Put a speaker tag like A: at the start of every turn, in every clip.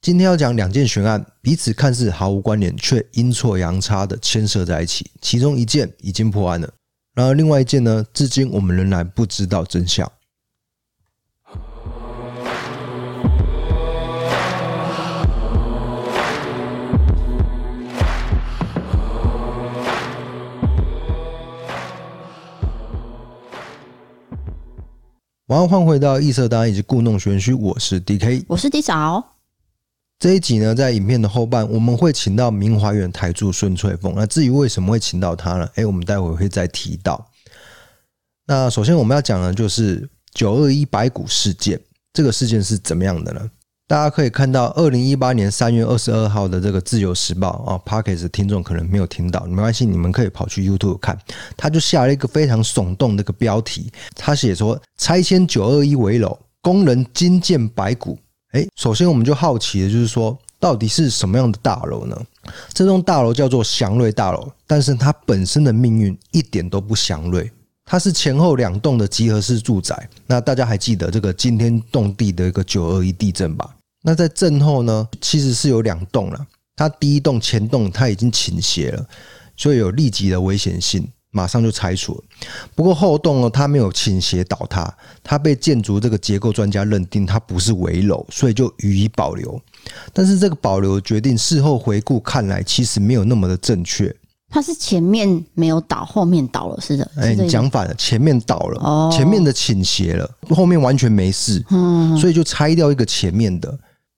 A: 今天要讲两件悬案，彼此看似毫无关联，却阴错阳差的牵涉在一起。其中一件已经破案了，然而另外一件呢，至今我们仍然不知道真相。晚安，换回到异色档案以及故弄玄虚，我是 D K。
B: 我是 D 嫂，
A: 这一集呢，在影片的后半，我们会请到明华园台柱孙翠凤。那至于为什么会请到他呢？诶，我们待会会再提到。那首先我们要讲的就是九二一白骨事件，这个事件是怎么样的呢？大家可以看到，二零一八年三月二十二号的这个《自由时报》啊 p a r k e s 的听众可能没有听到，没关系，你们可以跑去 YouTube 看，他就下了一个非常耸动的一个标题，他写说拆迁九二一围楼，工人惊见白骨，诶，首先我们就好奇的就是说，到底是什么样的大楼呢？这栋大楼叫做祥瑞大楼，但是它本身的命运一点都不祥瑞。它是前后两栋的集合式住宅。那大家还记得这个惊天动地的一个九二一地震吧？那在震后呢，其实是有两栋了。它第一栋前栋它已经倾斜了，所以有立即的危险性，马上就拆除了。不过后栋呢，它没有倾斜倒塌，它被建筑这个结构专家认定它不是危楼，所以就予以保留。但是这个保留决定事后回顾看来，其实没有那么的正确。
B: 它是前面没有倒，后面倒了，是的，
A: 哎、
B: 是这
A: 你
B: 个
A: 讲反了，前面倒了，
B: 哦
A: 前面的倾斜了，后面完全没事，
B: 嗯，
A: 所以就拆掉一个前面的，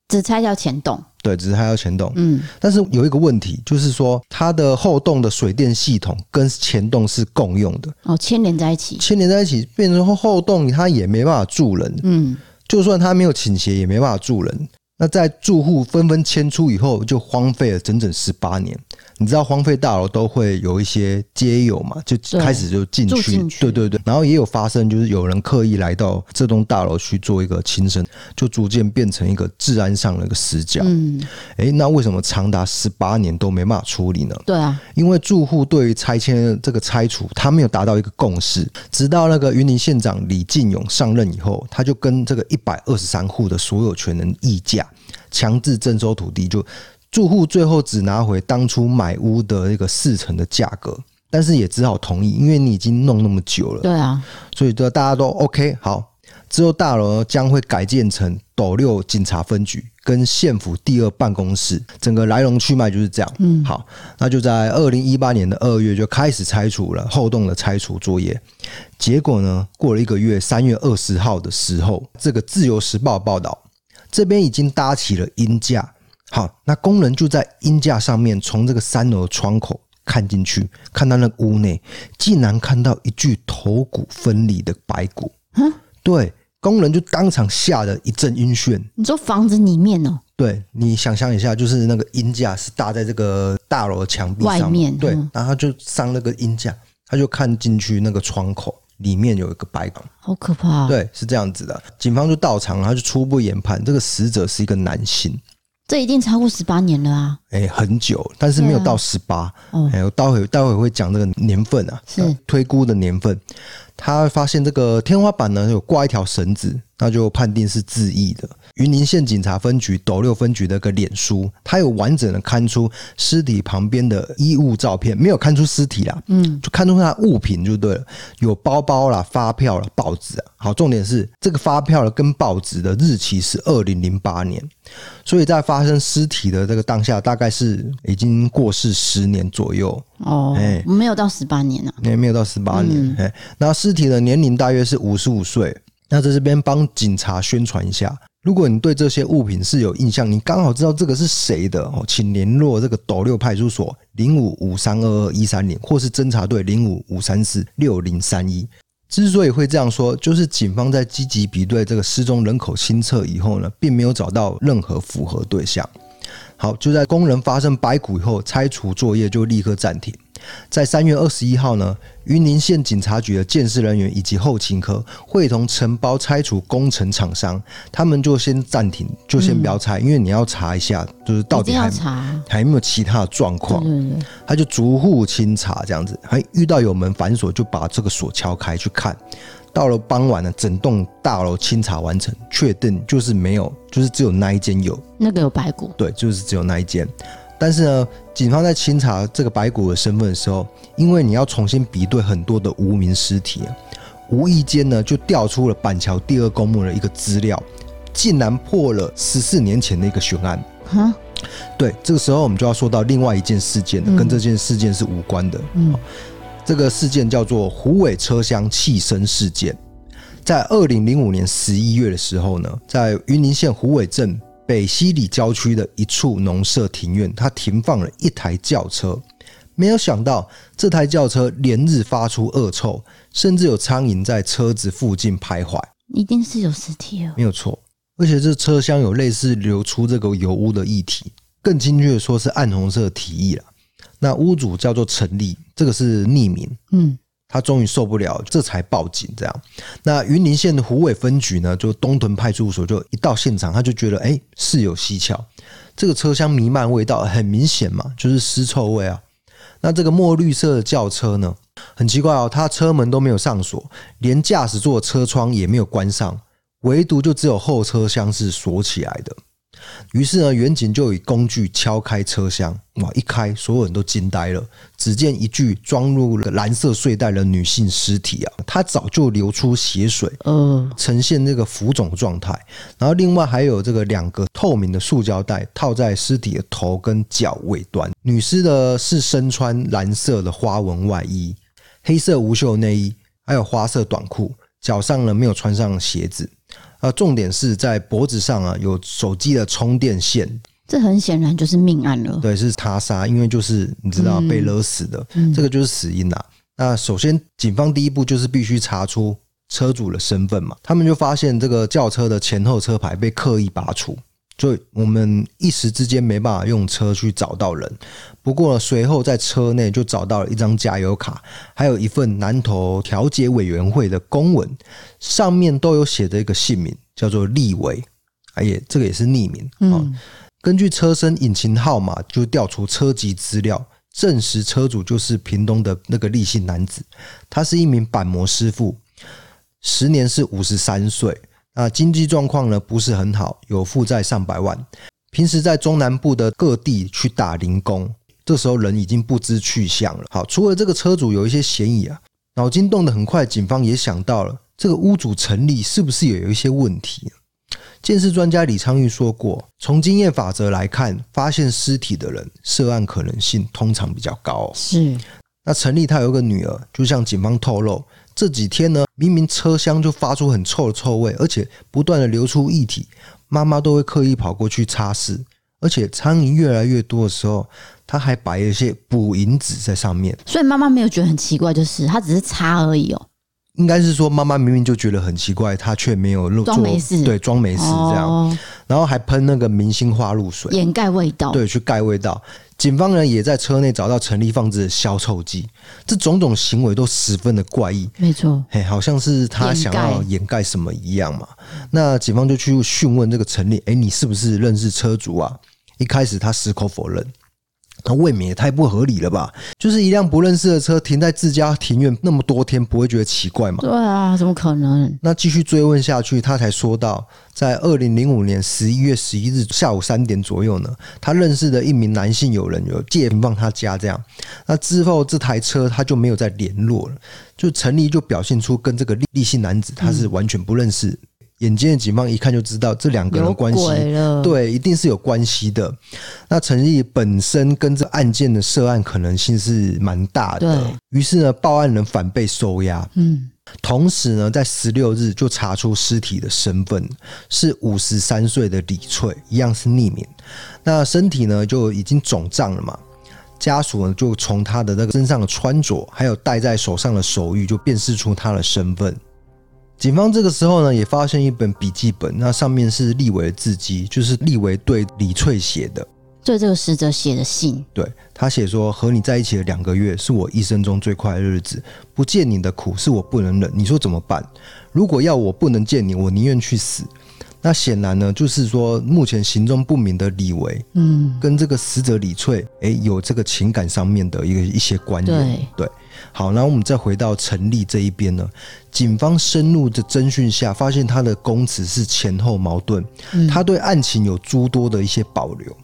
B: 只拆掉前洞，
A: 对，只是拆掉前栋。
B: 嗯，
A: 但是有一个问题，就是说它的后栋的水电系统跟前栋是共用的，
B: 哦，牵连在一起，
A: 牵连在一起，变成后栋它也没办法住人，
B: 嗯，
A: 就算它没有倾斜，也没办法住人。那在住户纷纷迁出以后，就荒废了整整十八年。你知道荒废大楼都会有一些街友嘛，就
B: 对
A: 开始就进
B: 住
A: 去，
B: 进去
A: 对对对。然后也有发生，就是有人刻意来到这栋大楼去做一个轻生，就逐渐变成一个治安上的一个死角。
B: 嗯，
A: 诶，那为什么长达十八年都没办法处理呢？
B: 对啊，
A: 因为住户对于拆迁的这个拆除，他没有达到一个共识。直到那个云林县长李进勇上任以后，他就跟这个一百二十三户的所有权人议价，强制征收土地，就住户最后只拿回当初买屋的一个四成的价格。但是也只好同意，因为你已经弄那么久了，
B: 对啊，
A: 所以就大家都 OK 好。之后大楼呢将会改建成斗六警察分局跟县府第二办公室，整个来龙去脉就是这样。嗯，好，那就在二零一八年的二月就开始拆除了后栋的拆除作业。结果呢，过了一个月，三月二十号的时候，这个《自由时报》报道，这边已经搭起了鹰架。好，那工人就在鹰架上面，从这个三楼的窗口看进去，看到那个屋内，竟然看到一具头骨分离的白骨。
B: 嗯，
A: 对，工人就当场吓得一阵晕眩。
B: 你说房子里面哦、
A: 对你想象一下，就是那个鹰架是搭在这个大楼的墙壁上
B: 外面
A: 对
B: 嗯，
A: 然后他就上那个鹰架，他就看进去那个窗口，里面有一个白骨。
B: 好可怕、哦，，
A: 对，是这样子的。警方就到场，他就初步研判这个死者是一个男性，
B: 这一定超过十八年了啊，
A: 哎、很久，但是没有到十八、
B: 哦
A: 哎、我待会待会会讲这个年份啊，
B: 是
A: 呃推估的年份。他发现这个天花板呢有挂一条绳子，那就判定是自缢的。云林县警察分局斗六分局的一个脸书，他有完整的看出尸体旁边的衣物照片，没有看出尸体啦，
B: 嗯，
A: 就看出他物品就对了，有包包啦、发票啦、报纸啊。好，重点是这个发票跟报纸的日期是二零零八年，所以在发生尸体的这个当下，大概是已经过世十年左右，
B: 哦，
A: 哎
B: 没有到十八年啊，
A: 也没有到十八年。哎、那尸体的年龄大约是五十五岁。那在这边帮警察宣传一下，如果你对这些物品是有印象，你刚好知道这个是谁的哦，请联络这个斗六派出所零五五三二二一三零，或是侦查队零五五三四六零三一。之所以会这样说，就是警方在积极比对这个失踪人口清册以后呢，并没有找到任何符合对象。好，就在工人发生白骨以后，拆除作业就立刻暂停。在三月二十一号呢，云林县警察局的建设人员以及后勤科会同承包拆除工程厂商，他们就先暂停，就先不要拆，因为你要查一下，就是到
B: 一
A: 底
B: 定
A: 还
B: 要查，啊
A: 还有没有其他的状
B: 对
A: 况。
B: 对对，
A: 他就逐户清查这样子，还遇到有门反锁，就把这个锁敲开去看。到了傍晚呢，整栋大楼清查完成，确定就是没有，就是只有那一间有，
B: 那个有白骨，
A: 对，就是只有那一间。但是呢，警方在清查这个白骨的身份的时候，因为你要重新比对很多的无名尸体啊，无意间呢就调出了板桥第二公墓的一个资料，竟然破了十四年前的一个悬案。
B: 哈，
A: 对，这个时候我们就要说到另外一件事件了，跟这件事件是无关的。
B: 嗯
A: 这个事件叫做虎尾车厢弃身事件。在二零零五年十一月的时候呢，在云林县虎尾镇北西里郊区的一处农舍庭院，它停放了一台轿车。没有想到，这台轿车连日发出恶臭，甚至有苍蝇在车子附近徘徊。
B: 一定是有尸体哦。
A: 没有错。而且这车厢有类似流出这个油污的液体，更精确的说是暗红色的体液啦。那屋主叫做陈立，这个是匿名，
B: 嗯，
A: 他终于受不了，这才报警。这样，那云林县的虎尾分局呢，就东屯派出所就一到现场，他就觉得哎事有蹊跷，这个车厢弥漫味道，很明显嘛，就是尸臭味啊。那这个墨绿色的轿车呢，很奇怪哦，它车门都没有上锁，连驾驶座的车窗也没有关上，唯独就只有后车厢是锁起来的。于是呢，远景就以工具敲开车厢，哇！一开，所有人都惊呆了。只见一具装入了蓝色睡袋的女性尸体啊，她早就流出血水，
B: 呃，
A: 呈现这个浮肿状态。然后另外还有这个两个透明的塑胶袋套在尸体的头跟脚尾端。女尸的是身穿蓝色的花纹外衣、黑色无袖内衣，还有花色短裤，脚上呢没有穿上鞋子。呃，重点是在脖子上啊有手机的充电线，
B: 这很显然就是命案了。
A: 对，是他杀，因为就是你知道被勒死的，这个就是死因啦。那首先，警方第一步就是必须查出车主的身份嘛。他们就发现这个轿车的前后车牌被刻意拔除，所以我们一时之间没办法用车去找到人。不过呢随后在车内就找到了一张加油卡，还有一份南投调解委员会的公文，上面都有写着一个姓名，叫做立伟。哎也这个也是匿名啊、哦根据车身引擎号码就调出车籍资料，证实车主就是屏东的那个立信男子，他是一名板模师傅，时年是五十三岁。那经济状况呢不是很好，有负债上百万，平时在中南部的各地去打零工。这时候人已经不知去向了。好，除了这个车主有一些嫌疑啊，脑筋动得很快，警方也想到了这个屋主成立是不是也有一些问题呢鉴识专家李昌钰说过，从经验法则来看，发现尸体的人涉案可能性通常比较高哦、
B: 是，
A: 那陈丽她有一个女儿，就向警方透露，这几天呢，明明车厢就发出很臭的臭味，而且不断的流出液体，妈妈都会刻意跑过去擦拭，而且苍蝇越来越多的时候，她还摆了一些捕蝇纸在上面。
B: 所以妈妈没有觉得很奇怪，就是她只是擦而已哦。
A: 应该是说，妈妈明明就觉得很奇怪，她却没有露
B: 装
A: 做
B: 没事
A: 对，装没事这样，
B: 哦，
A: 然后还喷那个明星花露水，
B: 掩盖味道。
A: 对，去盖味道。警方呢也在车内找到陈立放置的消臭剂，这种种行为都十分的怪异，
B: 没错，
A: 嘿，好像是他想要
B: 嗯掩盖
A: 掩盖什么一样嘛。那警方就去询问这个陈立，哎、你是不是认识车主啊？一开始他矢口否认，那未免也太不合理了吧？就是一辆不认识的车停在自家庭院那么多天，不会觉得奇怪吗？
B: 对啊，怎么可能？
A: 那继续追问下去，他才说到，在二零零五年十一月十一日下午三点左右呢，他认识的一名男性友人有借停放他家这样。那之后这台车他就没有再联络了，就陈立就表现出跟这个立立性男子他是完全不认识。眼尖的警方一看就知道这两个人的
B: 有
A: 关系
B: 鬼了。，
A: 对，一定是有关系的。那陈毅本身跟这案件的涉案可能性是蛮大的
B: 对，
A: 于是呢，报案人反被收押。
B: 嗯，
A: 同时呢，在十六日就查出尸体的身份是五十三岁的李翠，一样是匿名。那身体呢就已经肿胀了嘛，家属呢就从他的那个身上的穿着，还有戴在手上的手玉，就辨识出他的身份。警方这个时候呢，也发现一本笔记本，那上面是立伟的字迹，就是立伟对李翠写的。
B: 对这个使者写的信，
A: 对他写说，和你在一起的两个月是我一生中最快的日子，不见你的苦是我不能忍。你说怎么办？如果要我不能见你，我宁愿去死。那显然呢，就是说目前行踪不明的李维
B: 嗯，
A: 跟这个死者李翠，诶，有这个情感上面的一个一些关联。对，好，那我们再回到陈立这一边呢，警方深入的侦讯下，发现他的供词是前后矛盾，他对案情有诸多的一些保留。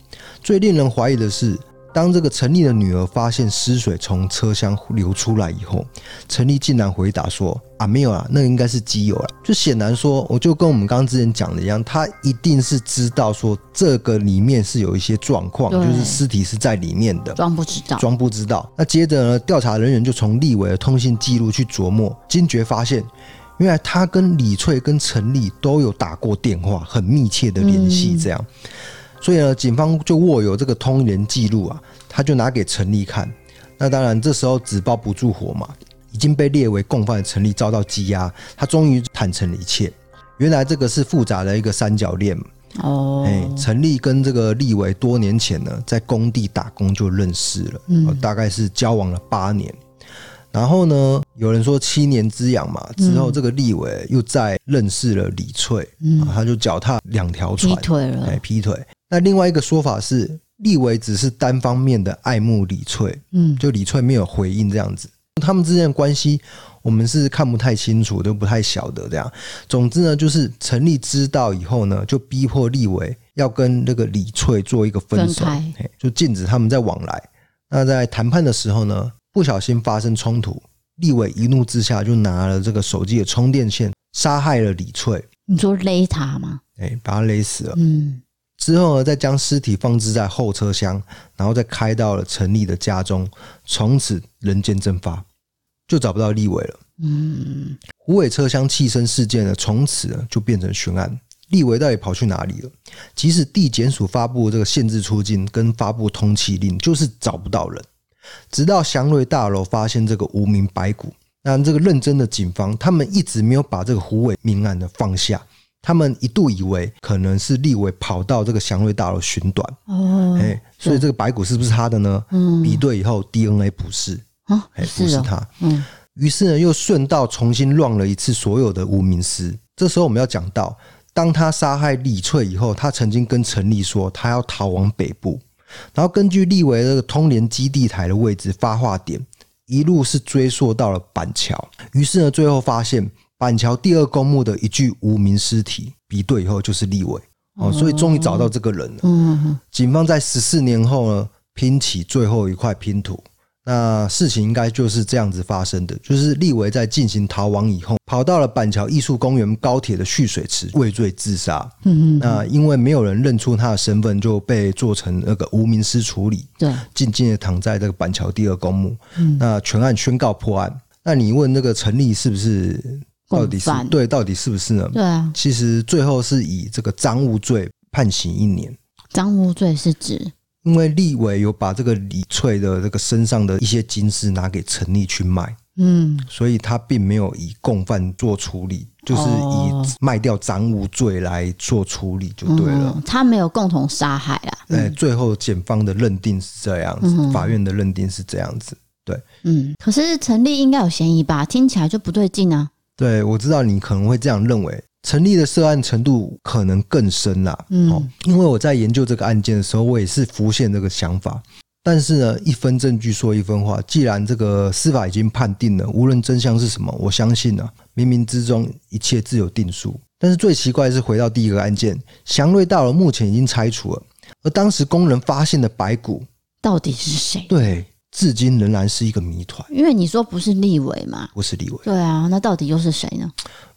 A: 最令人怀疑的是，当这个陈立的女儿发现尸水从车厢流出来以后，陈立竟然回答说：“啊，没有啦，那个应该是机油啦。”就显然说，我就跟我们刚刚之前讲的一样，他一定是知道说这个里面是有一些状况，
B: 对
A: 就是尸体是在里面的。
B: 装不知道，
A: 装不知道。那接着呢，调查人员就从立伟的通信记录去琢磨，惊觉发现，原来他跟李翠跟陈立都有打过电话，很密切的联系，这样。
B: 嗯
A: 所以呢，警方就握有这个通联记录啊，他就拿给陈立看。那当然，这时候纸包不住火嘛，已经被列为共犯的陈立遭到羁押，他终于坦诚了一切。原来这个是复杂的一个三角恋嘛，
B: 哦，
A: 哎、陈立跟这个立伟多年前呢，在工地打工就认识了，嗯，大概是交往了八年。然后呢，有人说七年之痒嘛，之
B: 嗯
A: 后这个立伟又再认识了李翠，啊，他就脚踏两条船
B: 劈，腿了，
A: 哎，劈腿。那另外一个说法是，立伟只是单方面的爱慕李翠，
B: 嗯，
A: 就李翠没有回应这样子。他们之间的关系，我们是看不太清楚，都不太晓得这样。总之呢，就是陈立知道以后呢，就逼迫立伟要跟那个李翠做一个分手，
B: 分开
A: 嘿就禁止他们再往来。那在谈判的时候呢，不小心发生冲突，立伟一怒之下就拿了这个手机的充电线杀害了李翠，
B: 你说勒他吗？
A: 哎、把他勒死了。
B: 嗯，
A: 之后呢，再将尸体放置在后车厢，然后再开到了陈立的家中，从此人间蒸发，就找不到立伟了。
B: 嗯，
A: 虎尾车厢弃身事件呢，从此呢就变成悬案。立伟到底跑去哪里了？即使地检署发布这个限制出境跟发布通缉令，就是找不到人。直到祥瑞大楼发现这个无名白骨，那这个认真的警方，他们一直没有把这个虎尾命案的放下。他们一度以为可能是立伟跑到这个祥瑞大楼寻短，
B: 哦
A: 哎、，所以这个白骨是不是他的呢？比对以后 DNA 不是，
B: 啊，
A: 哎、不
B: 嗯是
A: 是
B: 哦，
A: 他。
B: 嗯，
A: 于是呢，又顺道重新乱了一次所有的无名尸。这时候我们要讲到，当他杀害李翠以后，他曾经跟陈立说，他要逃往北部，然后根据立为这个通联基地台的位置发话点，一路是追溯到了板桥。于是呢，最后发现板桥第二公墓的一具无名尸体，比对以后就是立伟哦，所以终于找到这个人了。
B: 嗯，
A: 警方在十四年后呢，拼起最后一块拼图。那事情应该就是这样子发生的，就是立维在进行逃亡以后，跑到了板桥艺术公园高铁的蓄水池畏罪自杀。
B: 嗯，
A: 那因为没有人认出他的身份，就被做成那个无名尸处理，
B: 对，
A: 静静的躺在这个板桥第二公墓。
B: 嗯
A: 那全案宣告破案。那你问那个陈立是不是到底是
B: 共犯
A: 对，到底是不是呢？
B: 对啊，
A: 其实最后是以这个赃物罪判刑一年。
B: 赃污罪是指
A: 因为立伟有把这个李翠的这个身上的一些金饰拿给陈立去卖，
B: 嗯，
A: 所以他并没有以共犯做处理，就是
B: 哦
A: 以卖掉赃物罪来做处理就对了。
B: 嗯他没有共同杀害啦，
A: 哎、最后检方的认定是这样子，
B: 嗯
A: 法院的认定是这样子。
B: 嗯，可是陈立应该有嫌疑吧？听起来就不对劲啊，
A: 对，我知道你可能会这样认为，陈立的涉案程度可能更深啦。
B: 嗯
A: 哦，因为我在研究这个案件的时候，我也是浮现这个想法。但是呢，一分证据说一分话。既然这个司法已经判定了，无论真相是什么，我相信呢、冥冥之中一切自有定数。但是最奇怪的是，回到第一个案件，祥瑞大楼目前已经拆除了，而当时工人发现的白骨，
B: 到底是谁？
A: 对，至今仍然是一个谜团，
B: 因为你说不是立委嘛，
A: 不是李伟。
B: 对啊，那到底又是谁呢？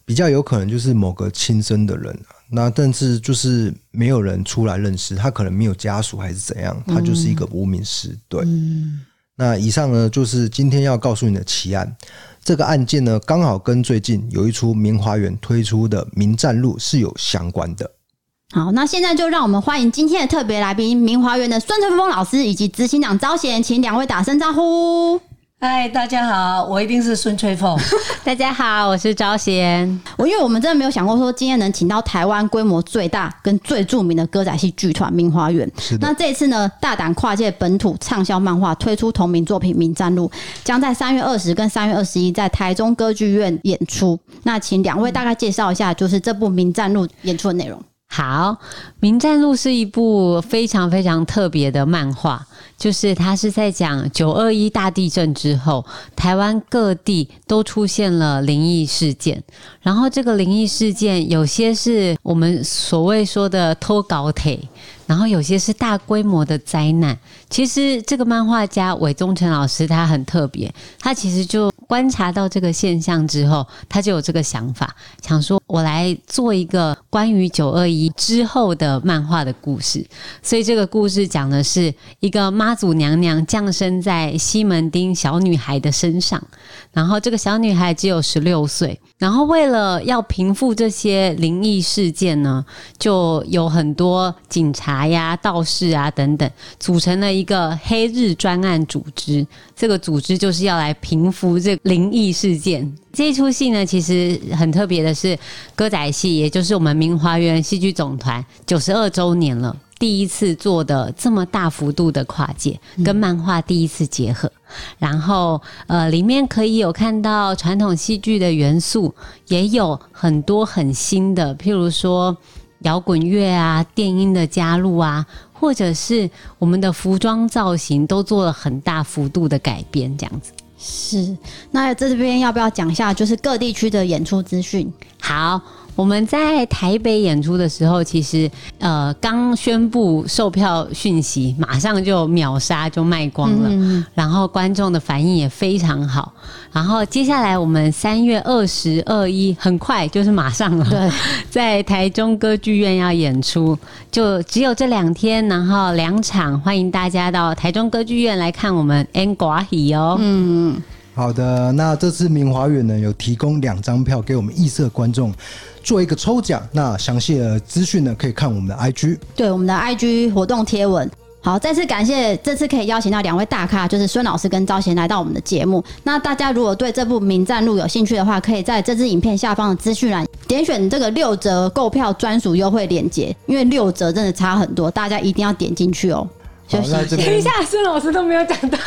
A: 比较有可能就是某个亲生的人、啊，那但是就是没有人出来认识，他可能没有家属还是怎样，他就是一个无名尸。对，
B: 嗯，
A: 那以上呢就是今天要告诉你的奇案。这个案件呢，刚好跟最近有一出明华园推出的《名战录》是有相关的。
B: 好，那现在就让我们欢迎今天的特别来宾——明华园的孙成峰老师以及执行长招贤，请两位打声招呼。
C: 嗨，哎大家好，我一定是孙翠 凤。
D: 大家好，我是招贤。
B: 我因为我们真的没有想过说今天能请到台湾规模最大跟最著名的歌仔戏剧团明花园。
A: 是的
B: 那这一次呢，大胆跨界本土畅销漫画，推出同名作品《名战录》，将在三月二十跟三月二十一在台中歌剧院演出。那请两位大概介绍一下，就是这部《名战录》演出的内容。
D: 好，《名战录》是一部非常非常特别的漫画，就是它是在讲九二一大地震之后，台湾各地都出现了灵异事件。然后这个灵异事件，有些是我们所谓说的偷搞铁，然后有些是大规模的灾难。其实这个漫画家韦忠成老师他很特别，他其实就观察到这个现象之后，他就有这个想法，想说我来做一个关于九二一之后的漫画的故事。所以这个故事讲的是一个妈祖娘娘降生在西门町小女孩的身上，然后这个小女孩只有十六岁，然后为了要平复这些灵异事件呢，就有很多警察呀、道士啊等等，组成了一个黑日专案组织。这个组织就是要来平复这个灵异事件。这一出戏呢，其实很特别的是，歌仔戏，也就是我们明华园戏剧总团九十二周年了。第一次做的这么大幅度的跨界，跟漫画第一次结合，然后呃，里面可以有看到传统戏剧的元素，也有很多很新的，譬如说摇滚乐啊、电音的加入啊，或者是我们的服装造型都做了很大幅度的改变，这样子。
B: 是，那在这边要不要讲一下，就是各地区的演出资讯？
D: 好，我们在台北演出的时候，其实呃刚宣布售票讯息，马上就秒杀就卖光了，
B: 嗯
D: 然后观众的反应也非常好。然后接下来我们三月二十二一，很快就是马上了，
B: 对，
D: 在台中歌剧院要演出，就只有这两天，然后两场，欢迎大家到台中歌剧院来看我们 N 寡喜哦。
E: 好的，那这次明华园呢有提供两张票给我们异色观众做一个抽奖，那详细的资讯呢可以看我们的 IG。
B: 对，我们的 IG 活动贴文。好，再次感谢这次可以邀请到两位大咖，就是孙老师跟招贤来到我们的节目。那大家如果对这部《名战录》有兴趣的话，可以在这支影片下方的资讯栏点选这个六折购票专属优惠链接，因为六折真的差很多，大家一定要点进去哦。
E: 好，那这边
D: 下，孙老师都没有讲到。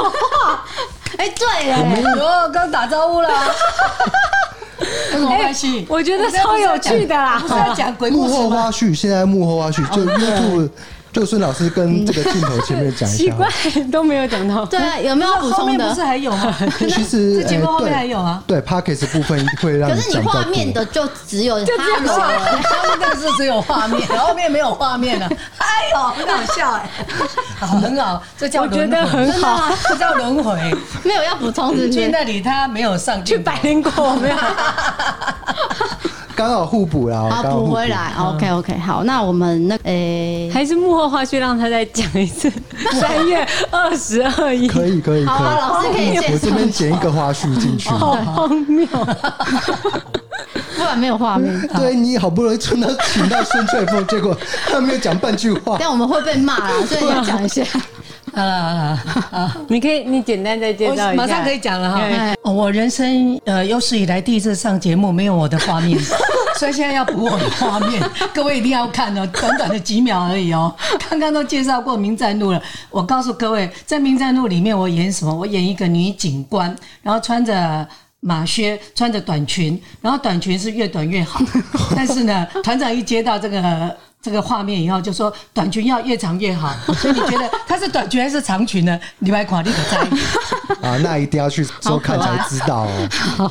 B: 哎、对耶，
C: 我刚打招呼了，有什么关系？
D: 我觉得超有趣的
C: 哎
D: 啦
C: 不是要讲鬼故
E: 幕
C: 事
E: 后
C: 吗？
E: 花絮，现在幕后花絮就 YouTube，就孙老师跟这个镜头前面讲 一下。
D: 都没有讲到。
B: 对啊，有没有补
C: 后
B: 充
C: 面不
B: 的
C: 是？还有 吗？
E: 其实
C: 这节目
E: 呃
C: 后面
E: 对
C: 还有啊
E: 对 p o c k e t 部分会让
B: 可
E: 你
B: 是你
E: 讲
B: 画
E: 到
B: 面的就只有哈
C: 没有
B: 罗，
C: 啊他们那个是只有画 面，然后后面没有画面了。哎呦，很好笑哎，好，很好，这叫轮
D: 我觉得
C: 回，
D: 很
C: 真的啊， 这叫轮回。
B: 没有要补充是不
C: 去
B: 是？
C: 那里他没有上去
D: 百灵果啊我们
E: 刚好互补啦，
B: 好，
E: 刚好互
B: 补
E: 补
B: 回。来。OK OK，好，那我们那诶、
D: 还是幕后花絮，让他再讲一次。 三月二十二一，
E: 可以可以可
B: 好啊老师可以
E: 以，
B: 介
E: 我这
B: 绍 哦
E: 边剪一个花絮进去。
D: 好荒谬。
B: 不然没有画面。
E: 对你好不容易请到请到孙翠凤，结果他没有讲半句 话。
B: 但我们会被骂 啦，所以要讲一下。
C: 好了好了好了，
D: 你可以，你简单再介绍一下。
C: 我马上可以讲了哈
D: 对。
C: 哦我人生呃有史以来第一次上节目，没有我的画 面，所以现在要补我的画面， 各位一定要看哦，短短的几秒而已哦。 刚刚都介绍过《名战录》了，我告诉各位，在《名战录》里面我演什么？我演一个女警官，然后穿着。马靴穿着短裙，然后短裙是越短越 好。但是呢，团长一接到这个这个画面以后，就说短裙要越长越好。所以你觉得 她是短裙还是长裙呢？你来垮你可在意。
E: 啊，那一定要去收看才知道哦。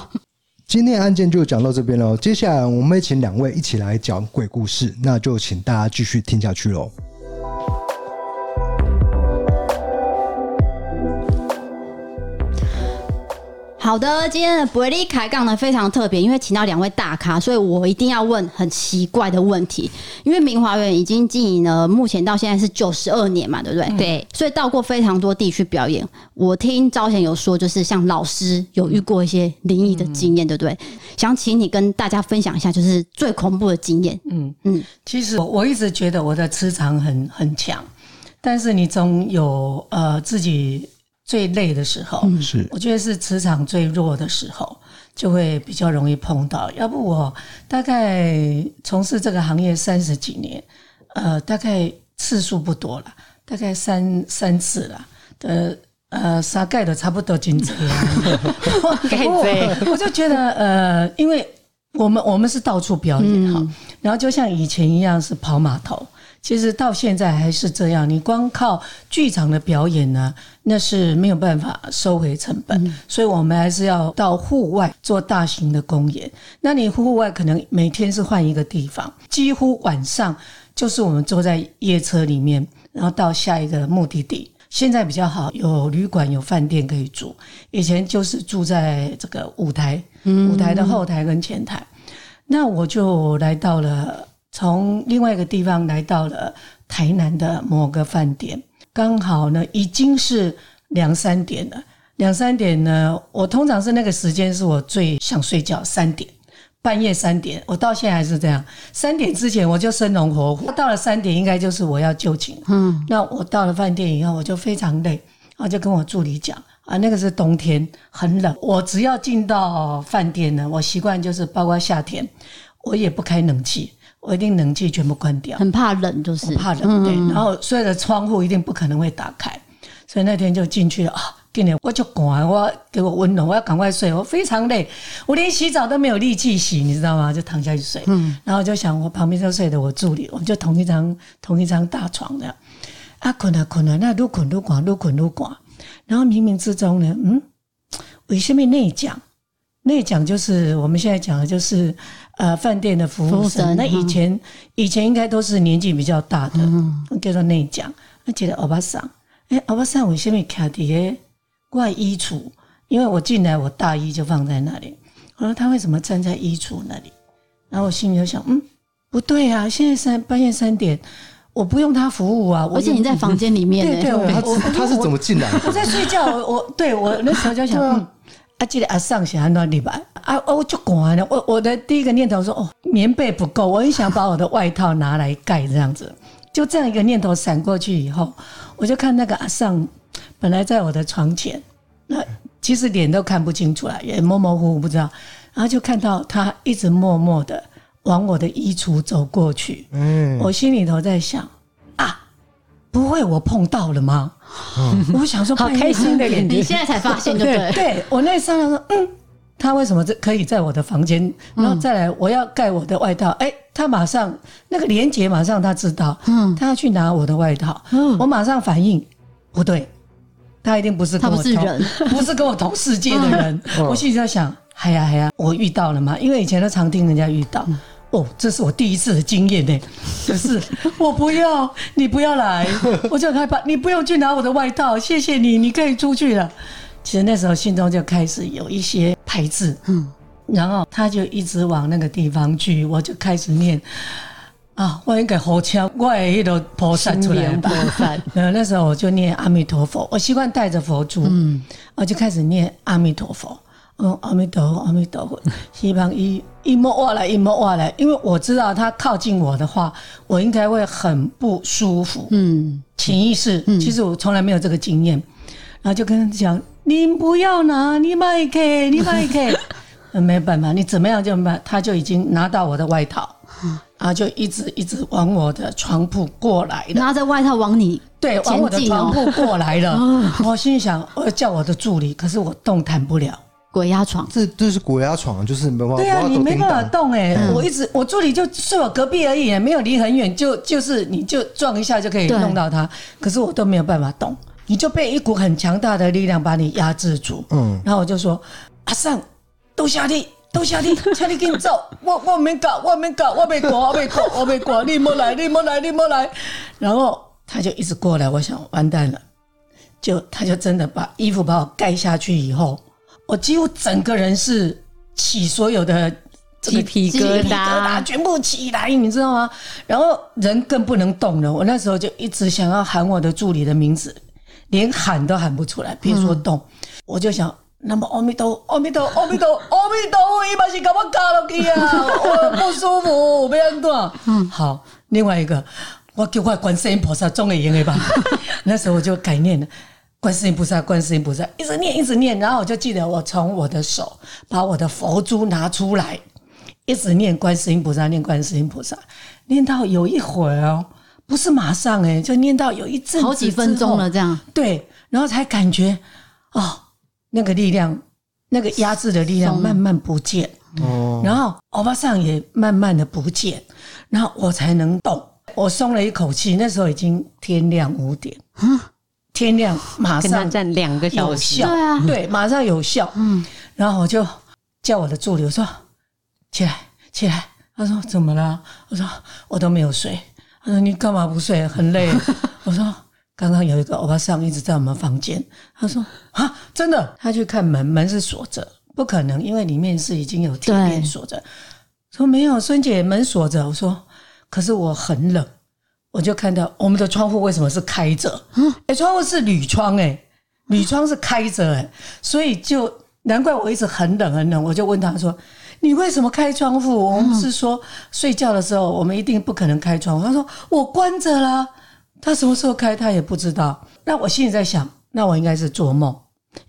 E: 今天的案件就讲到这边喽，接下来我们会请两位一起来讲鬼故事，那就请大家继续听下去喽。
B: 好的，今天的伯利开杠呢非常特别，因为请到两位大咖，所以我一定要问很奇怪的问题。因为明华园已经经营了，目前到现在是九十二年嘛，对不对？
D: 对，
B: 所以到过非常多地区表演。我听招贤有说，就是像老师有遇过一些灵异的经验，对不对？
C: 嗯
B: 想请你跟大家分享一下，就是最恐怖的经验。
C: 嗯
B: 嗯
C: 嗯，其实我我一直觉得我的磁场很很强，但是你总有呃自己最累的时候，
A: 嗯
E: 是
C: 我觉得是磁场最弱的时候，就会比较容易碰到。要不我大概从事这个行业三十几年，呃，大概次数不多了，大概三三次了，呃。呃，啥盖的差不多金子了，
D: 盖
C: 我
D: 子
C: 我就觉得呃，因为我们我们是到处表
D: 嗯
C: 演哈、然后就像以前一样是跑码头，其实到现在还是这样。你光靠剧场的表演呢，那是没有办法收回成本，
D: 嗯
C: 所以我们还是要到户外做大型的公演。那你户外可能每天是换一个地方，几乎晚上就是我们坐在夜车里面，然后到下一个目的地。现在比较好，有旅馆有饭店可以住，以前就是住在这个舞台，舞台的后台跟前台。那我就来到了，从另外一个地方来到了台南的某个饭店，刚好呢已经是两三点了。两三点呢，我通常是那个时间是我最想睡觉，三点，半夜三点，我到现在还是这样。三点之前我就生龙活虎，到了三点应该就是我要就寝。嗯，那我到了饭店以后，我就非常累，然后就跟我助理讲啊，那个是冬天，很冷。我只要进到饭店呢，我习惯就是包括夏天，我也不开冷气，我一定冷气全部关掉。
B: 很怕冷，就是
C: 我怕冷，对。然后所有的窗户一定不可能会打开，所以那天就进去了啊。今年我就赶，我给我温暖，我要赶快睡，我非常累，我连洗澡都没有力气洗，你知道吗？就躺下去睡。嗯，然后就想我旁边就睡的我助理，我们就同一张同一张大床的，啊，困啊困啊，那愈困愈赶，愈困愈赶。然后冥冥之中呢，嗯，为什么内讲？内讲就是我们现在讲的，就是呃饭店的服
B: 服
C: 务
B: 务
C: 生。
B: 生
C: 那以
B: 嗯
C: 前以前应该都是年纪比较大的，
B: 嗯
C: 叫做内讲。那觉得欧巴桑，哎，欧巴桑为什么卡伫诶外衣橱？因为我进来，我大衣就放在那里。我说他为什么站在衣橱那里？然后我心里就想，嗯，不对啊，现在三半夜三点，我不用他服务啊，我
B: 而且你在房间里面、
C: 对
B: 欸，
C: 对，我
E: 他
C: 我
E: 他是怎么进来的？
C: 我在睡觉，我我对我那时候就想，嗯，啊，这个阿上是安怎礼拜啊，哦我就赶了，我我的第一个念头说，哦，棉被不够，我很想把我的外套拿来盖这样子， 就这样一个念头闪过去以后，我就看那个阿上本来在我的床前，那其实脸都看不清楚来，也模模糊糊不知道，然后就看到他一直默默的往我的衣橱走过去，
E: 嗯，
C: 我心里头在想啊，不会我碰到了吗？我想说
D: 好
C: 半夜
D: 开心的
C: 三点
D: 感觉
B: 你现在才发现，对不
C: 对
B: 对？
C: 对，我那刹那说，嗯，他为什么这可以在我的房间？然后再来，我要盖我的外套，哎、他马上那个连接马上他知道，嗯，他要去拿我的外套，嗯，我马上反应不对，他一定不是跟
B: 他
C: 我
B: 不是
C: 同
B: 人，
C: 不是跟我同世界的人，我心里在想，哎呀哎呀，我遇到了嘛，因为以前都常听人家遇到。哦，这是我第一次的经验呢，就是我不要，你不要来，我就很害怕，你不用去拿我的外套，谢谢你，你可以出去了。其实那时候心中就开始有一些排斥，嗯，然后他就一直往那个地方去，我就开始念啊，我应该好枪，我也一头菩萨出来吧。
D: 散，
C: 呃，那时候我就念阿弥陀佛，我习惯带着佛珠，嗯，我就开始念阿弥陀佛，嗯，阿弥陀佛，阿弥陀佛，希望一一摸过来，一摸过来，因为我知道他靠近我的话，我应该会很不舒服，
D: 嗯，
C: 潜意识，其实我从来没有这个经验，然后就跟他讲，你不要拿，你卖给，你卖 给，呃没办法，你怎么样就买，他就已经拿到我的外套，
D: 嗯
C: 然后就一直一直往我的床铺过来了。
B: 拿着外套往你
C: 对，往我的
B: 前进
C: 床
B: 哦，
C: 铺过来 了。我心里想，我要叫我的助理，可是我动弹不了。
B: 鬼压床，
E: 这这是鬼压床，就是没办法，
C: 对
E: 哦我
C: 啊，
E: 要
C: 你
E: 抖
C: 没
E: 叮
C: 办法
E: 当
C: 动哎、
B: 嗯
C: 我一直我助理就睡我隔壁而已，没有离很远，就就是你就撞一下就可以
B: 对
C: 弄到他，可是我都没有办法动，你就被一股很强大的力量把你压制住。
E: 嗯，
C: 然后我就说：“阿尚，都下地，都下地，下地给你走， 我我没搞，我没搞，我没搞，我没搞，我没搞，你莫来，你莫来，你莫来。”然后他就一直过来，我想完蛋了，就他就真的把衣服把我盖下去以后，我几乎整个人是起所有的这个
D: 鸡皮疙
C: 鸡皮
D: 瘩，
C: 全部起来，你知道吗？然后人更不能动了。我那时候就一直想要喊我的助理的名字，连喊都喊不出来，别
B: 嗯
C: 说动。我就想，那么阿弥陀佛，阿弥陀佛，阿弥陀佛，阿弥陀佛，伊嘛是搞我卡落 去啊，我不舒服，我要安怎？嗯，好， 另外一个，我叫我观世音菩萨总会用的吧？那时候我就改念了。观世音菩萨，观世音菩萨，一直念，一直念，然后我就记得我从我的手把我的佛珠拿出来，一直念观世音菩萨，念观世音菩萨，念到有一会儿哦，不是马上哎、就念到有一阵子
B: 好几分钟
C: 之后
B: 了，这样
C: 对，然后才感觉哦，那个力量，那个压制的力量
B: 松了
C: 慢慢不见，
A: 哦，
C: 然后欧巴桑也慢慢的不见，然后我才能动，我松了一口气。那时候已经天亮五点，
B: 嗯
C: 天亮马
D: 跟他
C: 上
D: 站两个小
C: 有
D: 时，
C: 效，
B: 对啊
C: 对，马上有效。
B: 嗯，
C: 然后我就叫我的助理，我说起来，起来。他说怎么了？我说我都没有睡。他说你干嘛不睡？很累。我说刚刚有一个欧巴桑一直在我们房间。他说啊，真的？他去看门，门是锁着，不可能，因为里面是已经有铁链
B: 对
C: 锁着。说没有，孙姐门锁着。我说可是我很冷，我就看到我们的窗户为什么是开着？哎、窗户是铝窗哎、铝窗是开着哎、所以就难怪我一直很冷很冷。我就问他说：“你为什么开窗户？”我们是说睡觉的时候，我们一定不可能开窗户。他说：“我关着啦。”他什么时候开他也不知道。那我心里在想，那我应该是做梦，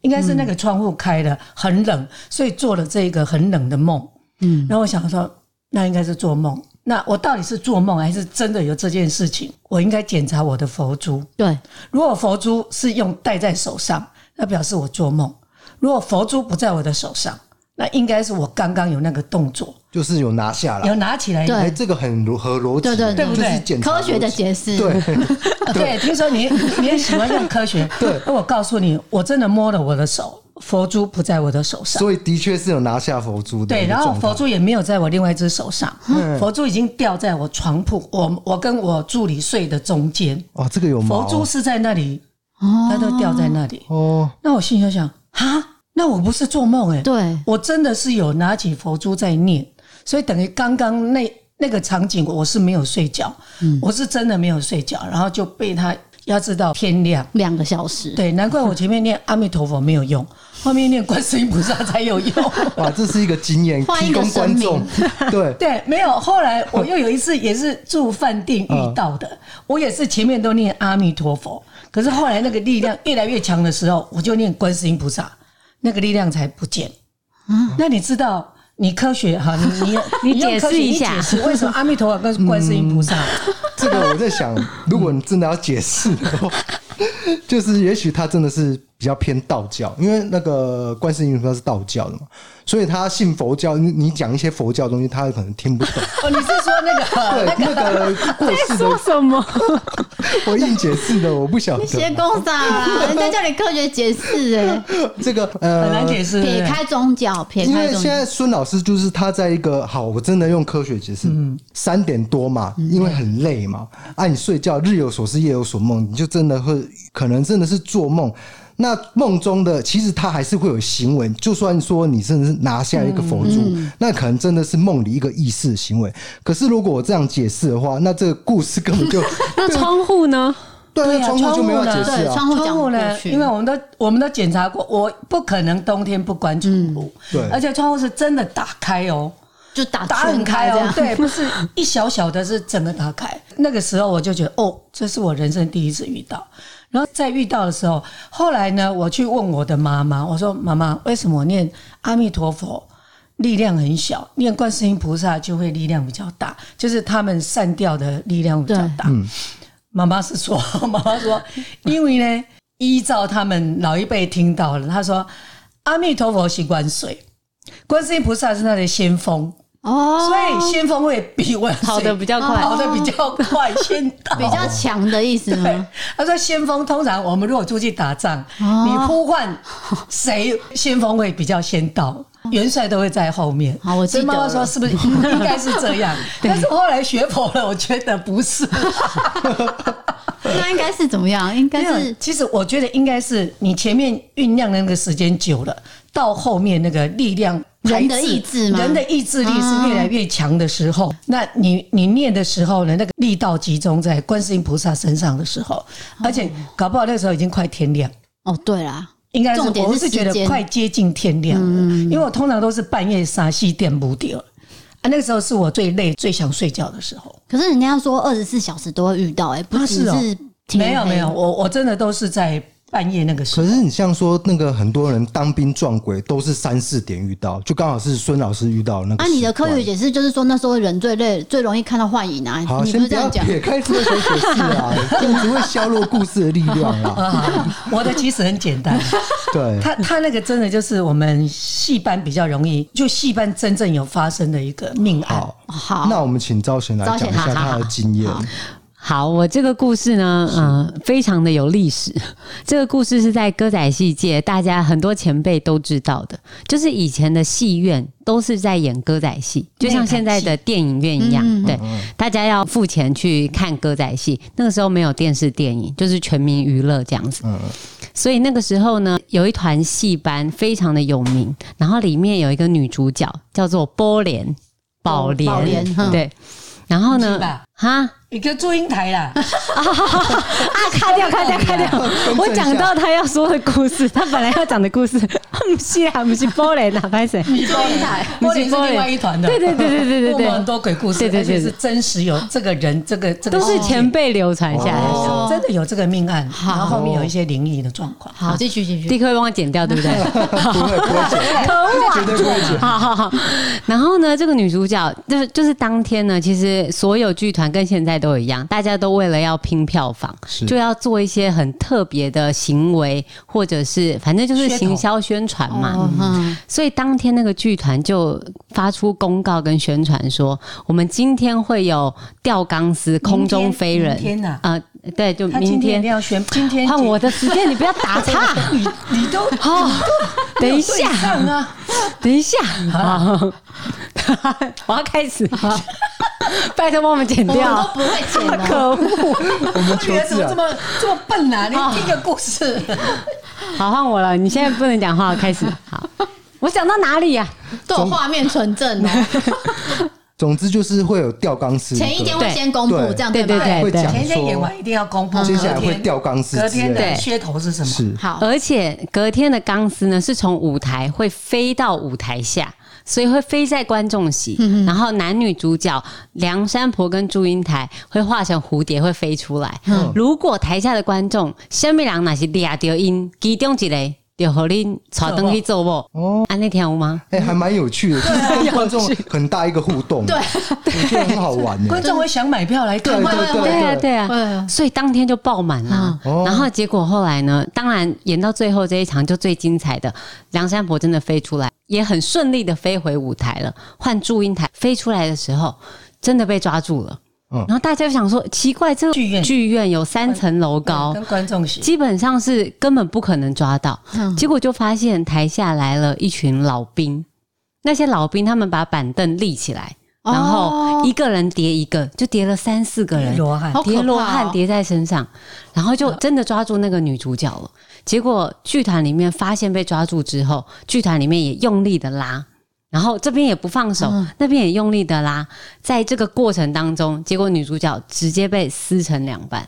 C: 应该是那个窗户开了很冷，所以做了这个很冷的梦。
D: 嗯，
C: 然后我想说，那应该是做梦。那我到底是做梦还是真的有这件事情？我应该检查我的佛珠。
B: 对，
C: 如果佛珠是用戴在手上，那表示我做梦；如果佛珠不在我的手上，那应该是我刚刚有那个动作，
A: 就是有拿下
C: 有
A: 了。
C: 拿起来。
B: 对
A: 哎，这个很如合逻辑，
B: 对对对
A: 就
C: 对
A: 是
C: 不
A: 检查
B: 科学的
A: 逻辑
B: 解 释，
A: 对，
C: 对，听说你你也喜欢用科学。对，那我告诉你，我真的摸了我的手，佛珠不在我的手上。
A: 所以的确是有拿下佛珠的。
C: 对，然后佛珠也没有在我另外一只手上，
A: 嗯
C: 佛珠已经掉在我床铺，我我跟我助理睡的中间，
A: 哦，这个有毛
C: 佛珠是在那里，它都掉在那里。
A: 哦，
C: 那我心里就想，哈，那我不是做梦哎、
B: 对，
C: 我真的是有拿起佛珠在念，所以等于刚刚那那个场景，我是没有睡觉，我是真的没有睡觉，然后就被他压制到天亮。
B: 两个小时，
C: 对，难怪我前面念阿弥陀佛没有用，后面念观世音菩萨才有用。
A: 哇，这是一个经验，
B: 换
A: 提
B: 一个
A: 供观众对
C: 对，没有。后来我又有一次也是住饭店遇到的，我也是前面都念阿弥陀佛，可是后来那个力量越来越强的时候，我就念观世音菩萨，那个力量才不见。那你知道？你科学哈，你你
D: 你
C: 用
D: 解
C: 科
D: 释
C: 学
D: 一
C: 你
D: 下
C: 解释为什么阿弥陀佛跟观世音菩萨？
A: 这个，我在 想，如果你真的要解释的话， 就是也许他真的是比较偏道教，因为那个观世音菩萨是道教的嘛，所以他信佛教，你你讲一些佛教的东西，他可能听不懂。
C: 哦，你是说哦那个
A: 对，那个过 世的
D: 什么？
A: 我硬解释的，我不晓
B: 你写
A: 得。
B: 公啥啦？人家叫你科学解释哎，
A: 这个呃，
C: 很难解释？对
B: 撇
C: 不对
B: 开宗教，撇
A: 因
B: 开
A: 为
B: 宗
A: 现
B: 教，
A: 在孙老师就是他在一个好，我真的用科学解释，三点多嘛，因为很累嘛，啊，你睡觉日有所思夜有所梦，你就真的会可能真的是做梦。那梦中的其实他还是会有行为，就算说你甚至是拿下一个佛珠，那可能真的是梦里一个意识行为。可是如果我这样解释的话，那这个故事根本就
D: 那窗户呢？
A: 对
C: 对
A: 啊，
C: 啊
A: 窗户就没有
C: 窗户
A: 解
C: 呢
A: 释
B: 对，
A: 啊。
B: 窗户
C: 窗
B: 讲不
C: 户呢
B: 过？去，
C: 因为我们都我们都检查过，我不可能冬天不关窗户，
A: 对
C: 而且窗户是真的打开哦，
B: 就打
C: 打很
B: 全
C: 开
B: 这
C: 哦
B: 样，，
C: 对，不是一小小的，是整个打开。 那个时候我就觉得，哦，这是我人生第一次遇到。然后在遇到的时候，后来呢，我去问我的妈妈，我说：“妈妈，为什么我念阿弥陀佛力量很小，念观世音菩萨就会力量比较大？就是他们散掉的力量比较大。”嗯妈妈是说， 妈妈说，因为呢，依照他们老一辈听到了，他说阿弥陀佛是观水，观世音菩萨是他的先锋，
B: 哦，
C: 所以先锋会比万岁
D: 跑得比较快
C: 跑得比较快，先到。
B: 比较强的意思
C: 对
B: 吗？，
C: 他说先锋通常我们如果出去打仗，
B: 哦
C: 你呼唤谁，先锋会比较先到。元帅都会在后面，
B: 哦好我记
C: 所以
B: 得
C: 妈妈
B: 了
C: 说是不是应该是这 样？但是后来学佛了，我觉得不是。
B: 那应该是怎么样？应该
C: 没有
B: 是
C: 其实我觉得应该是你前面酝酿的那个时间久了，到后面那个力量。
B: 人的
C: 排斥啊
B: 意志吗
C: 人的意志力是越来越强的时候，那你你念的时候呢，那个力道集中在观世音菩萨身上的时候，而且搞不好那时候已经快天亮，
B: 哦，对啦，
C: 应该是
B: 重点是
C: 我是嗯觉得
B: 时间
C: 快接近天亮了，因为我通常都是半夜傻戏点不掉，啊，那个时候是我最累、最想睡觉的时候。
B: 可是人家说二十四小时都会遇到，哎，不
C: 啊
B: 只
C: 是哦
B: 是天
C: 没有
B: 黑
C: 没有，我我真的都是在半夜那个时
E: 可
C: 候。
E: 是你像说那个很多人当兵撞鬼都是三四点遇到，就刚好是孙老师遇到的那个
B: 啊，
E: 时段。
B: 你的科学解释就是说那时候人最累，最容易看到幻影啊，
E: 好，
B: 你不
E: 先
B: 是
E: 不
B: 这
E: 要
B: 样讲？
E: 撇开科学解释 啊，这样只会削弱故事的力量啊。
C: 啊， 我的其实很简单，
E: 对，
C: 他他那个真的就是我们戏班比较容易，就戏班真正有发生的一个命案。
E: 好，
B: 哦好，
E: 那我们请招贤来
B: 招
E: 讲
B: 贤
E: 一下
B: 好好
E: 他的
B: 好
E: 经验。
B: 好
D: 好，我这个故事呢，呃，非常的有历史。 这个故事是在歌仔戏界，大家很多前辈都知道的，就是以前的戏院都是在演歌仔戏，就像现在的电影院一样。
C: 嗯
D: 对，大家要付钱去看歌仔戏。那个时候没有电视电影，就是全民娱乐这样子。
E: 嗯
D: 所以那个时候呢，有一团戏班非常的有名，然后里面有一个女主角叫做波莲，宝莲，
B: 宝莲嗯
D: 对。然后
C: 是
D: 呢
C: 吧？
D: 哈，
C: 一个祝英台 啦，
D: 啊，卡 掉，卡掉，卡掉！我讲到他要说的故事， 他本来要讲的故事， 不是啊，不是波兰 啊，拍谁？
C: 祝英台，莫林是另外一团的，
D: 对对对对对对
C: 我们很
D: 对，
C: 多鬼故事，
D: 对对
C: 而
D: 对
C: 且
D: 对
C: 是真实有这个人，这个这个
D: 都是
C: 事件
D: 前辈流传下来的。
B: 哦
C: 真的有这个命案，然后后面有一些灵异的状况。
B: 好，继续继续。
D: 立刻会帮我剪掉，对不对？
E: 不会不会讲，
D: 可恶啊！
E: 绝对不会讲。
D: 好好好， 然后呢，这个女主角就是就是当天呢，其实所有剧团跟现在都一样，大家都为了要拼票房，
E: 是
D: 就要做一些很特别的行为，或者是反正就是
C: 噱头
D: 行销宣传嘛。
B: 哦嗯，
D: 所以当天那个剧团就发出公告跟宣传说，我们今天会有吊钢丝、空中飞人，
C: 明天呐，
D: 呃，对，就
C: 他今
D: 明
C: 天一定
D: 天。
C: 要选，今天
D: 换我的时间，你不要打 岔。
C: 你你都
D: 哦，等一下
C: 对，上啊，
D: 等一下， 好，我要 开始，拜托帮我们剪
B: 我们都
D: 掉，
B: 不会剪哦 的。
D: 可恶！
E: 我们求
C: 女儿怎
E: 字啊，
C: 么这么这么笨啊？
D: 哦
C: 你听个故事，
D: 好，换我了，你现在不能讲话，开始。好，我讲到哪里呀、
B: 都有画面纯正哦，
E: 总之就是会有吊钢丝，
B: 前一天会
D: 对
B: 先公布，这样
D: 对
B: 吧？
D: 对
E: 会讲
C: 前一天演
E: 啊说嗯
C: 完一定要公布，
E: 接下来
C: 隔天
E: 会吊钢丝
C: 隔
E: 之类
C: 天的
E: 的，
C: 噱
D: 对
C: 头是什么？
E: 是
B: 好，
D: 而且隔天的钢丝呢是从舞台会飞到舞台下，所以会飞在观众席。然后男女主角梁山伯跟祝英台会化成蝴蝶会飞出来。如果台下的观众下面人哪是抓到因其中一个，就和恁带灯去做某。哦，安那条吗？
E: 哎，还蛮有趣的，
B: 啊
E: 就是跟观众很大一个互动，对，我觉得很好 玩呢
C: 观。众会想买票来看
E: 对
C: 吗？
E: 对
D: 对啊，
E: 对
D: 对啊，
B: 嗯，
D: 所以当天就爆满了。
E: 哦
D: 然后结果后来呢，当然演到最后这一场就最精彩的，梁山伯真的飞出来，也很顺利的飞回舞台了。换祝英台飞出来的时候，真的被抓住了。
E: 嗯
D: 然后大家就想说，奇怪，这个
C: 剧院嗯
D: 剧院有三层楼高，
C: 跟观众席。
D: 基本上是根本不可能抓到。
B: 嗯
D: 结果就发现台下来了一群老兵，那些老兵他们把板凳立起来，然
B: 哦
D: 后一个人叠一个，就叠了三四个人，
C: 罗汉
B: 好可怕哦
D: 叠罗汉叠在身上，然后
C: 嗯
D: 就真的抓住那个女主角了。结果剧团里面发现被抓住之后，剧团里面也用力的拉，然后这边也不放手，
C: 嗯
D: 那边也用力的拉，在这个过程当中，结果女主角直接被撕成两半，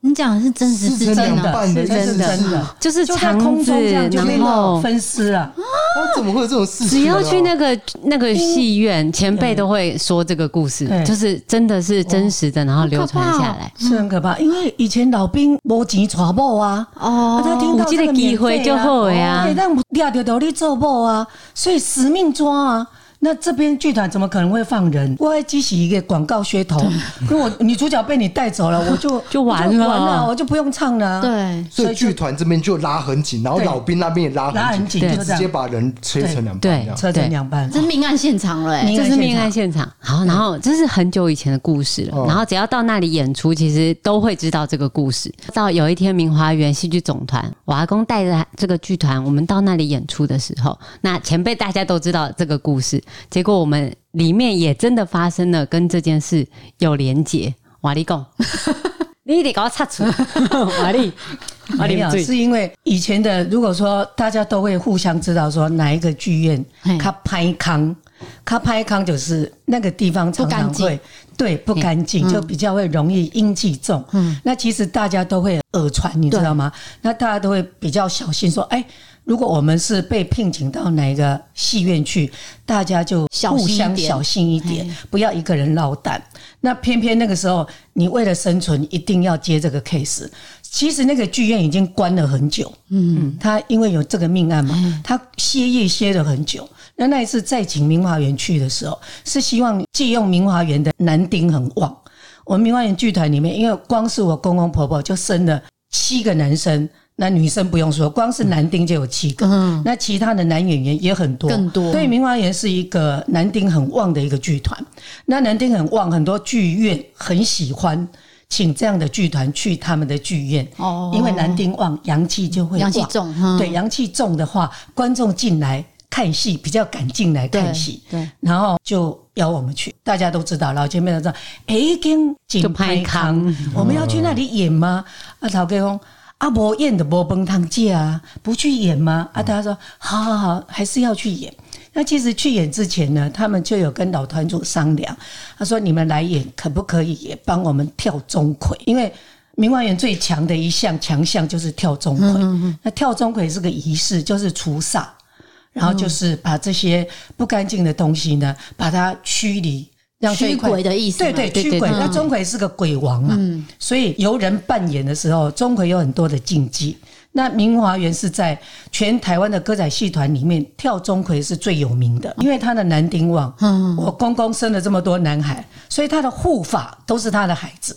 B: 你讲的是真实事
E: 是
B: 件
E: 真的
B: 哦，
E: 半的，
C: 是真
E: 的，
C: 真的，
D: 就是
C: 就在
D: 肠
C: 空
D: 子，
C: 中这样就被
D: 然后嗯
C: 分哦尸啊了。
E: 哦怎么会有这种事情
D: 只
E: 啊？
D: 要去那个那个戏院，前辈都会说这个故事
C: 嗯对，
D: 就是真的是真实的，然后流传下来。
C: 是很可怕，哦因为以前老兵无钱娶某啊，
B: 哦
C: 啊他听到这个免
D: 哦有这个机会
C: 费
D: 就好的啊
C: 对，让抓到道理做某啊，所以死命抓啊。那这边剧团怎么可能会放人？我还激起一个广告噱 头，跟我女主角被你带走了，我就
D: 就完
C: 我
D: 了
C: 完了，我就不用唱了啊。
B: 对，
E: 所以剧团这边就拉很紧，然后
C: 对
E: 老兵那边也拉
C: 拉
E: 很
C: 很
E: 紧，
C: 紧
E: 就
C: 就这
E: 直
C: 样
E: 接把人切成两半
D: 对
E: 这
A: 啊
E: 样。
C: 车成两半
B: 这。是命案现场了，哎
C: 命
D: 这是命
C: 命
D: 案
C: 案
D: 现场，好，然后这是很久以前的故事了
E: 哦。
D: 然后只要到那里演出，其实都会知道这个故事。到有一天，明华园戏剧总团，我阿公带着这个剧团，我们到那里演出的时候，那前辈大家都知道这个故事，结果我们里面也真的发生了跟这件事有连结。瓦力贡，你得给我插嘴，瓦力，瓦
C: 没
D: 力
C: 有，是因为以前的，如果说大家都会互相知道说哪一个剧院
B: 嘿
C: 它拍康，它拍康就是那个地方常
B: 不干
C: 常
B: 净嗯
C: 会对不干净，就比较会容易阴气重。嗯，那其实大家都会耳传，你知道吗？那大家都会比较小心，说，哎，如果我们是被聘请到哪个戏院去，大家就
B: 小
C: 互
B: 心一
C: 相
B: 点
C: 小心一点，不要一个人落单。那偏偏那个时候，你为了生存，一定要接这个 case。其实那个剧院已经关了很久，嗯，他因为有这个命案嘛，
B: 嗯
C: 他歇业歇了很久。那那一次再请明华园去的时候，是希望借用明华园的男丁很旺。我们明华园剧团里面，因为光是我公公婆婆就生了七个男生，那女生不用说，光是男丁就有七个，
D: 嗯
C: 那其他的男演员也很多，
D: 更多
C: 所以明华园是一个男丁很旺的一个剧团，那男丁很旺，很多剧院很喜欢请这样的剧团去他们的剧院，
B: 哦
C: 因为男丁旺，阳气就会
B: 阳气
C: 旺
B: 重，嗯
C: 对，阳气重的话，观众进来看戏比较敢进来看戏，
B: 对对
C: 然后就邀我们去，大家都知道，老前辈都知道，哎，跟
D: 就
C: 景
D: 拍
C: 拍康
D: 康，
C: 我们要去那里演吗？啊，陶哥公。啊，无演的无崩汤界啊，不去演吗？啊，大家说好好好，还是要去演。那其实去演之前呢，他们就有跟老团主商量，他说你们来演可不可以也帮我们跳钟馗？因为明王园最强的一项强项就是跳钟馗。那跳钟馗是个仪式，就是除煞，然后
B: 嗯
C: 就是把这些不干净的东西呢，把它驱离。让这一块
B: 驱鬼的意思嘛
C: 对对，
D: 对对
C: 驱鬼。
D: 对
C: 那钟馗是个鬼王嘛，所以由人扮演的时候，钟馗有很多的禁忌。那明华园是在全台湾的歌仔戏团里面跳钟馗是最有名的，因为他的男丁旺，我公公生了这么多男孩，所以他的护法都是他的孩子。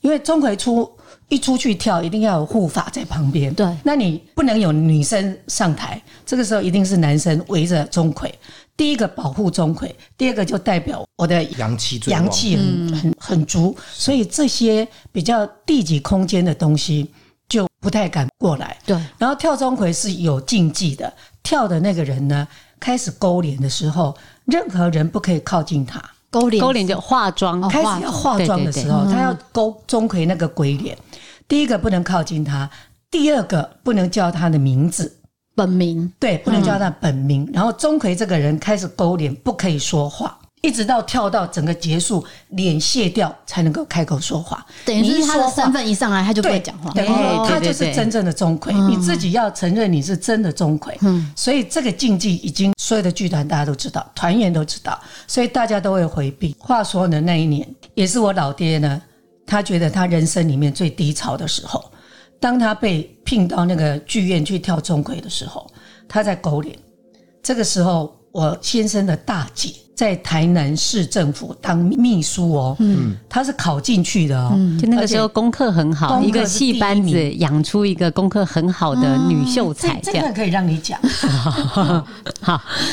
C: 因为钟馗出一出去跳，一定要有护法在旁边。
B: 对
C: 那你不能有女生上台，这个时候一定是男生围着钟馗。第一个保护钟馗，第二个就代表我的
E: 阳气最旺
C: 阳气很很很足，所以这些比较地级空间的东西就不太敢过来。
B: 对，
C: 然后跳钟馗是有禁忌的，跳的那个人呢，开始勾脸的时候，任何人不可以靠近他。
B: 勾脸
D: 勾脸就化妆，
C: 开始要化妆的时候，他要勾钟馗那个鬼脸。第一个不能靠近他，第二个不能叫他的名字，
B: 本名
C: 对，不能叫他本名。
B: 嗯
C: 然后钟馗这个人开始勾脸，不可以说话，一直到跳到整个结束，脸卸掉才能够开口说话。
B: 等于
C: 你一
B: 是他的
C: 说话
B: 身份一上来他就不
C: 对，
B: 会讲话，
C: 等于
D: 哦
C: 说他
D: 对对
C: 就是
D: 对嗯
C: 真正的钟馗，你自己要承认你是真的钟馗。所以这个禁忌已经所有的剧团大家都知道，团员都知道，所以大家都会回避。话说呢，那一年也是我老爹呢，他觉得他人生里面最低潮的时候，当他被聘到那个剧院去跳钟馗的时候，他在狗脸。这个时候，我先生的大姐在台南市政府当秘书哦，嗯，她是考进去的哦，
D: 嗯就那个时候功课很好，
C: 而且
D: 一个戏班
C: 功课是
D: 子养出一个功课很好的女秀才，
C: 这
D: 这
C: 这
D: 样
C: 个可以让你讲，
D: 好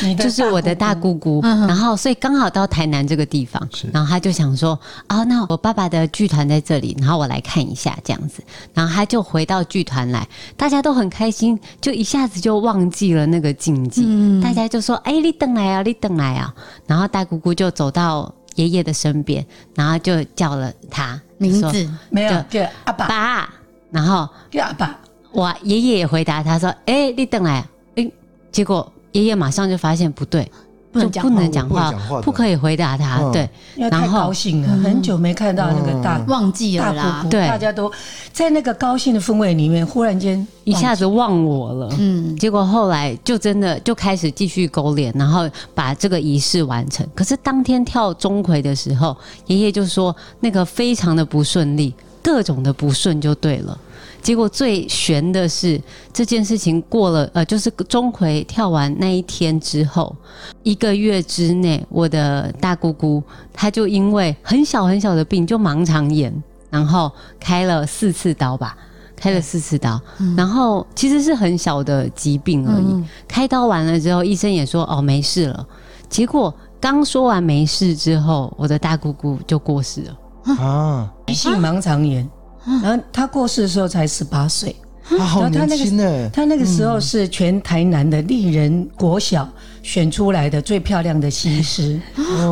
C: 你，的
D: 就是我的大姑姑，然后所以刚好到台南这个地方，然后他就想说，啊，那我爸爸的剧团在这里，然后我来看一下这样子，然后他就回到剧团来，大家都很开心，就一下子就忘记了那个禁忌，
B: 嗯
D: 大家就说，哎、你等来啊，你等来啊，然后大姑姑就走到爷爷的身边，然后就叫了他
B: 名，
D: 就说
B: 字
C: 没有
D: 对
C: 叫阿爸，
D: 爸，啊然后。
C: 叫阿爸，
D: 我爷爷也回答他说：“哎、你等来、啊，哎、结果爷爷马上就发现不对，
B: 不能
D: 就
B: 讲
D: 不
B: 话
D: 能讲
E: 不能
D: 话
E: 讲话，的
D: 不可以回答他。
E: 嗯
D: 对，
C: 因为
D: 然
C: 太
D: 后嗯
C: 高兴了，很久没看到那个大
B: 忘记了
C: 大
B: 啦
C: 姑姑，，
D: 对
C: 大家都在那个高兴的氛围里面，忽然间
D: 一下
C: 子
D: 子忘我了。
B: 嗯，
D: 结果后来就真的就开始继续勾连，然后把这个仪式完成。可是当天跳钟馗的时候，爷爷就说那个非常的不顺利，各种的不顺就对了。结果最悬的是这件事情过了，呃，就是钟馗跳完那一天之后，一个月之内，我的大姑姑她就因为很小很小的病，就盲肠炎，然后开了四次刀吧，开了四次刀，
C: 嗯
D: 然后其实是很小的疾病
B: 嗯
D: 而已。开刀完了之后，医生也说哦没事了，结果刚说完没事之后，我的大姑姑就过世了。
E: 啊，
C: 急性盲肠炎，
D: 啊
C: 然后他过世的时候才十八岁，
E: 他好年轻哎，
C: 他那个时候是全台南的丽人国小选出来的最漂亮的西施，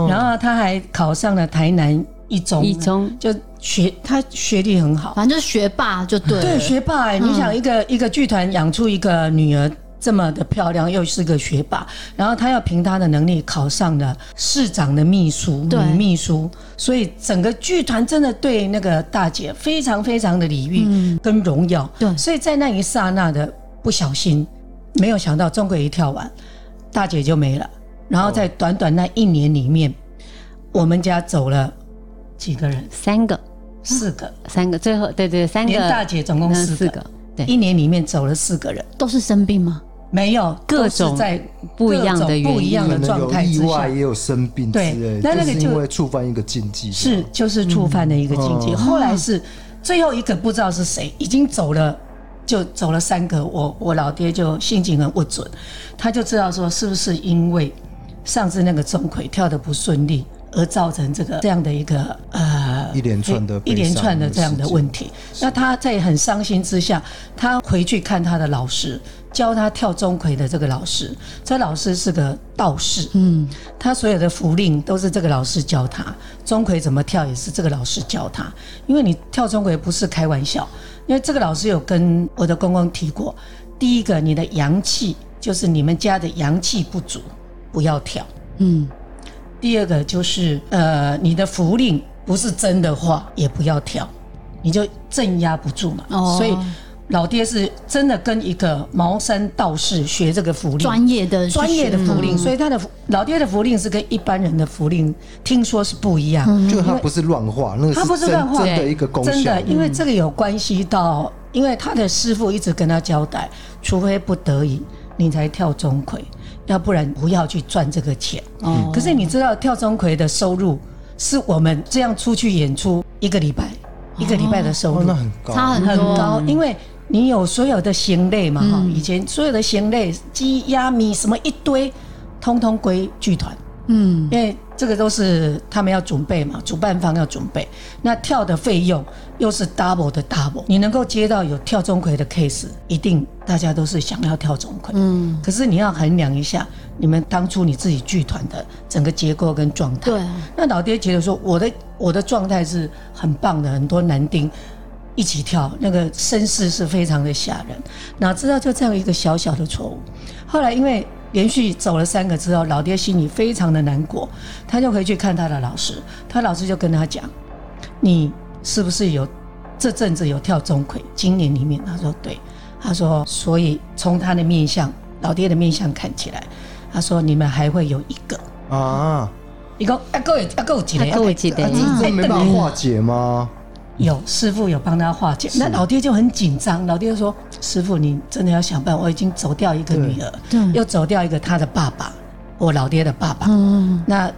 C: 然后他还考上了台南一中，
D: 嗯一中
C: 就学他学历很好，
B: 反正就是学霸就对了，
C: 哎
B: 嗯
C: 对，学霸、欸。你想一个、一个剧团养出一个女儿。这么的漂亮，又是个学霸，然后他要凭他的能力考上了市长的秘书，
B: 对
C: 女秘书，所以整个剧团真的对那个大姐非常非常的礼遇跟荣耀。
B: 嗯对
C: 所以在那一刹那的不小心，没有想到钟馗一跳完，大姐就没了。然后在短短那一年里面，我们家走了几个人？
D: 三个，
C: 四个，
D: 三个，最后对对三个，
C: 连大姐总共
D: 嗯
C: 四
D: 四
C: 个
D: 个，对
C: 一年里面走了四个人。
B: 都是生病吗？
C: 没有，都
D: 各
C: 是
D: 种
C: 在
D: 不一样
C: 各
D: 的
C: 种
D: 原因
C: 不一样
E: 可
C: 的
E: 能
C: 状
E: 有
C: 态
E: 意
C: 之下
E: 外，，啊也有生病之
C: 对
E: 类的，
C: 那那个
E: 是
C: 就
E: 因为触犯一个禁忌，
C: 是就是触犯的一个境界。
E: 嗯
C: 后来是最后一个不知道是谁，已经走了，就走了三个。我我老爹就心情很不准，他就知道说是不是因为上次那个钟馗跳的不顺利。而造成这个这样的一个呃
E: 一连串的
C: 一连串的
E: 悲伤的
C: 这样的
E: 事件
C: 问题，那他在很伤心之下，他回去看他的老师，教他跳钟馗的这个老师，这老师是个道士，嗯，他所有的符令都是这个老师教他，钟馗怎么跳也是这个老师教他，因为你跳钟馗不是开玩笑，因为这个老师有跟我的公公提过，第一个你的阳气就是你们家的阳气不足，不要跳，
D: 嗯，
C: 第二个就是呃，你的符令不是真的话，也不要跳，你就镇压不住嘛。
B: 哦
C: 所以老爹是真的跟一个茅山道士学这个符令，
B: 专业的
C: 嗯专业的符
E: 嗯
C: 令，所以他的符老爹的符令是跟一般人的符令听说是不一样。
E: 就它不是乱画，那个
C: 它不是
E: 真
C: 乱画
E: 嗯真的一个功效，嗯
C: 真的，因为这个有关系到，因为他的师傅一直跟他交代，除非不得已，你才跳钟馗，要不然不要去赚这个钱。
B: 哦
C: 可是你知道跳钟馗的收入是我们这样出去演出一个礼拜，一个礼拜的收
E: 哦，
C: 入
E: 那很高，
B: 差很
C: 很
B: 多，
C: 高，因为你有所有的行类嘛哈，以前所有的行类鸡鸭米什么一堆，通通归剧团。
D: 嗯，
C: 因为这个都是他们要准备嘛，主办方要准备。那跳的费用又是 double 的 double，你能够接到有跳钟馗的 case，一定大家都是想要跳钟馗。嗯，可是你要衡量一下你们当初你自己剧团的整个结构跟状态。
B: 对啊
C: 那老爹觉得说，我的我的状态是很棒的，很多男丁一起跳，那个声势是非常的吓人。哪知道就这样一个小小的错误，后来因为连续走了三个之后，老爹心里非常的难过，他就回去看他的老师，他老师就跟他讲，你是不是有这阵子有跳钟馗？今年里面，他说对，他说所以从他的面相，老爹的面相看起来，他说你们还会有一个。
E: 啊，
C: 一个啊，够有啊，够几个，
D: 哎还有一个嗯
E: 啊
C: 嗯
E: 这这
C: 哎
E: 没办法化解吗？
C: 有师傅有帮他化解，那老爹就很紧张，老爹就说：“师傅，你真的要想办法，我已经走掉一个女儿，又走掉一个他的爸爸，我老爹的爸爸。
D: 嗯
C: 那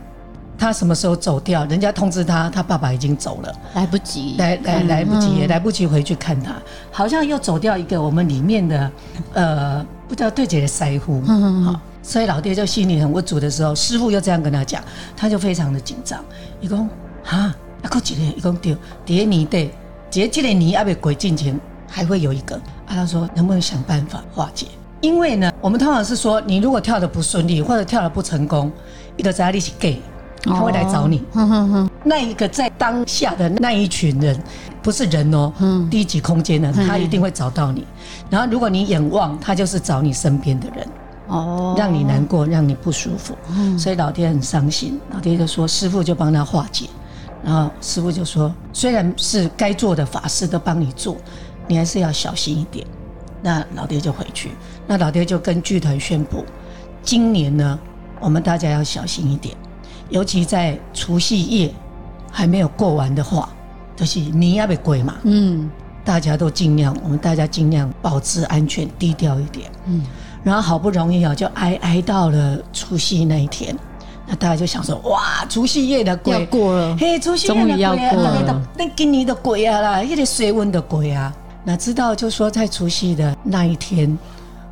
C: 他什么时候走掉？人家通知他，他爸爸已经走了。”
B: 来不及，
C: 来来来不及，也来不及回去看他，好像又走掉一个我们里面的，呃，不知道对姐的腮乎，嗯好，所以老爹就心里很无助的时候，师傅又这样跟他讲，他就非常的紧张，伊讲哈，啊，够几个，伊讲对，第一年对，节这个年还没鬼进前，还会有一个，啊，他说能不能想办法化解？因为呢，我们通常是说，你如果跳的不顺利，或者跳的不成功，一个在你是 gay，他会来找你。那一个在当下的那一群人，不是人哦，低级空间的，他一定会找到你。然后如果你眼望，他就是找你身边的人，
B: 哦，
C: 让你难过，让你不舒服。所以老爹很伤心，老爹就说师傅就帮他化解。然后师傅就说，虽然是该做的法事都帮你做，你还是要小心一点。那老爹就回去，那老爹就跟剧团宣布，今年呢，我们大家要小心一点，尤其在除夕夜还没有过完的话，就是你要被鬼嘛，
D: 嗯，
C: 大家都尽量，我们大家尽量保持安全，低调一点。嗯，然后好不容易啊，就挨挨到了除夕那一天，那大家就想说，哇，除夕夜的
B: 要
C: 鬼
B: 过了，
C: 嘿，除夕夜啊
D: 终于要过了
C: 那今年的鬼啊啦，那个水温的鬼啊，哪知道就说在除夕的那一天，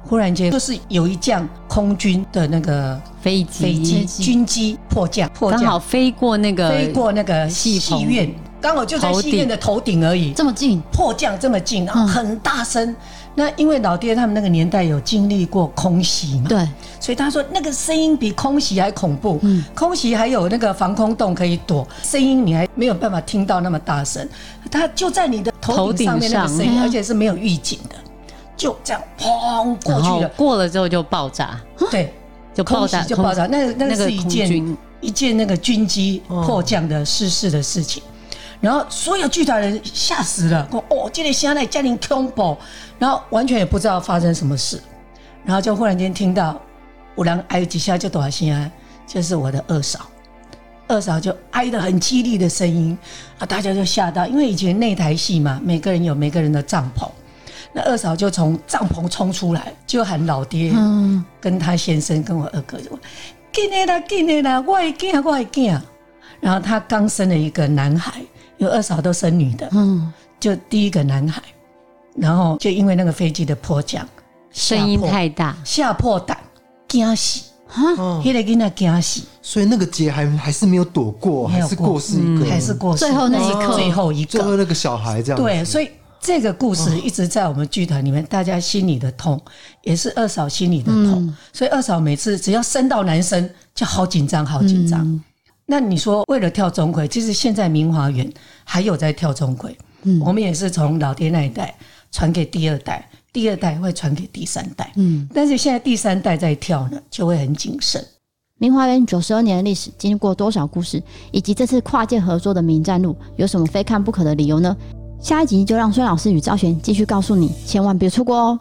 C: 忽然间就是有一架空军的那个
D: 飞机
C: 飞机军机迫降，迫
D: 刚好
C: 降
D: 飞过那个
C: 飞过那个
D: 戏棚
C: 戏院，刚好就在
D: 头
C: 戏院
D: 顶
C: 的头顶而已，
B: 这么近，
C: 迫降这么近，
D: 嗯
C: 然后很大声。那因为老爹他们那个年代有经历过空袭嘛，
B: 对，
C: 所以他说那个声音比空袭还恐怖，
D: 嗯
C: 空袭还有那个防空洞可以躲，声音你还没有办法听到那么大声，它就在你的头
D: 头
C: 顶上
D: 顶
C: 面那个
D: 上嗯
C: 声音，而且是没有预警的。就这样砰过
D: 然
C: 去
D: 后
C: 了，
D: 过了之后就爆炸，
C: 对，
D: 啊就爆
C: 空袭
D: 炸，
C: 就爆炸，
D: 空
C: 那那
D: 那
C: 是
D: 个
C: 一
D: 空
C: 件
D: 军
C: 一件那个军机
D: 哦
C: 迫降的失事的事情。然后所有剧团人吓死了，说哦，这个现在家庭恐怖，然后完全也不知道发生什么事，然后就忽然间听到有人哀几下就躲心安，就是我的二嫂，二嫂就哀得很凄厉的声音啊，大家就吓到，因为以前那台戏嘛，每个人有每个人的帐篷，那二嫂就从帐篷冲出来，就喊老爹，
D: 嗯
C: 跟他先生跟我二哥就说：“进来啦，进来啦，我的囝，我的囝。”然后他刚生了一个男孩，有二嫂都生女的，
D: 嗯，
C: 就第一个男孩，然后就因为那个飞机的迫降，
D: 声音
C: 啊吓破
D: 太大，
C: 吓破胆，惊死，
E: 哦
C: 那个囡仔惊死，
E: 所以那个结还还是没有躲过，
C: 没
E: 还
C: 有
E: 是
C: 过嗯
E: 过世一个，
C: 还是过世
B: 最后那一刻
C: 最后一
E: 嗯最后
C: 个，
E: 那个小孩这样子。
C: 对，所以。这个故事一直在我们剧团里面，大家心里的痛，也是二嫂心里的痛。
B: 嗯
C: 所以二嫂每次只要升到男生，就好紧张，好
B: 嗯
C: 紧张。那你说为了跳钟馗，其实现在明华园还有在跳钟馗，我们也是从老爹那一代传给第二代，第二代会传给第三代，嗯，但是现在第三代在跳呢，就会很谨慎。
B: 明华园九十二年的历史，经过多少故事，以及这次跨界合作的民战路，有什么非看不可的理由呢？下一集就让孙老师与赵璇继续告诉你，千万别错过哦。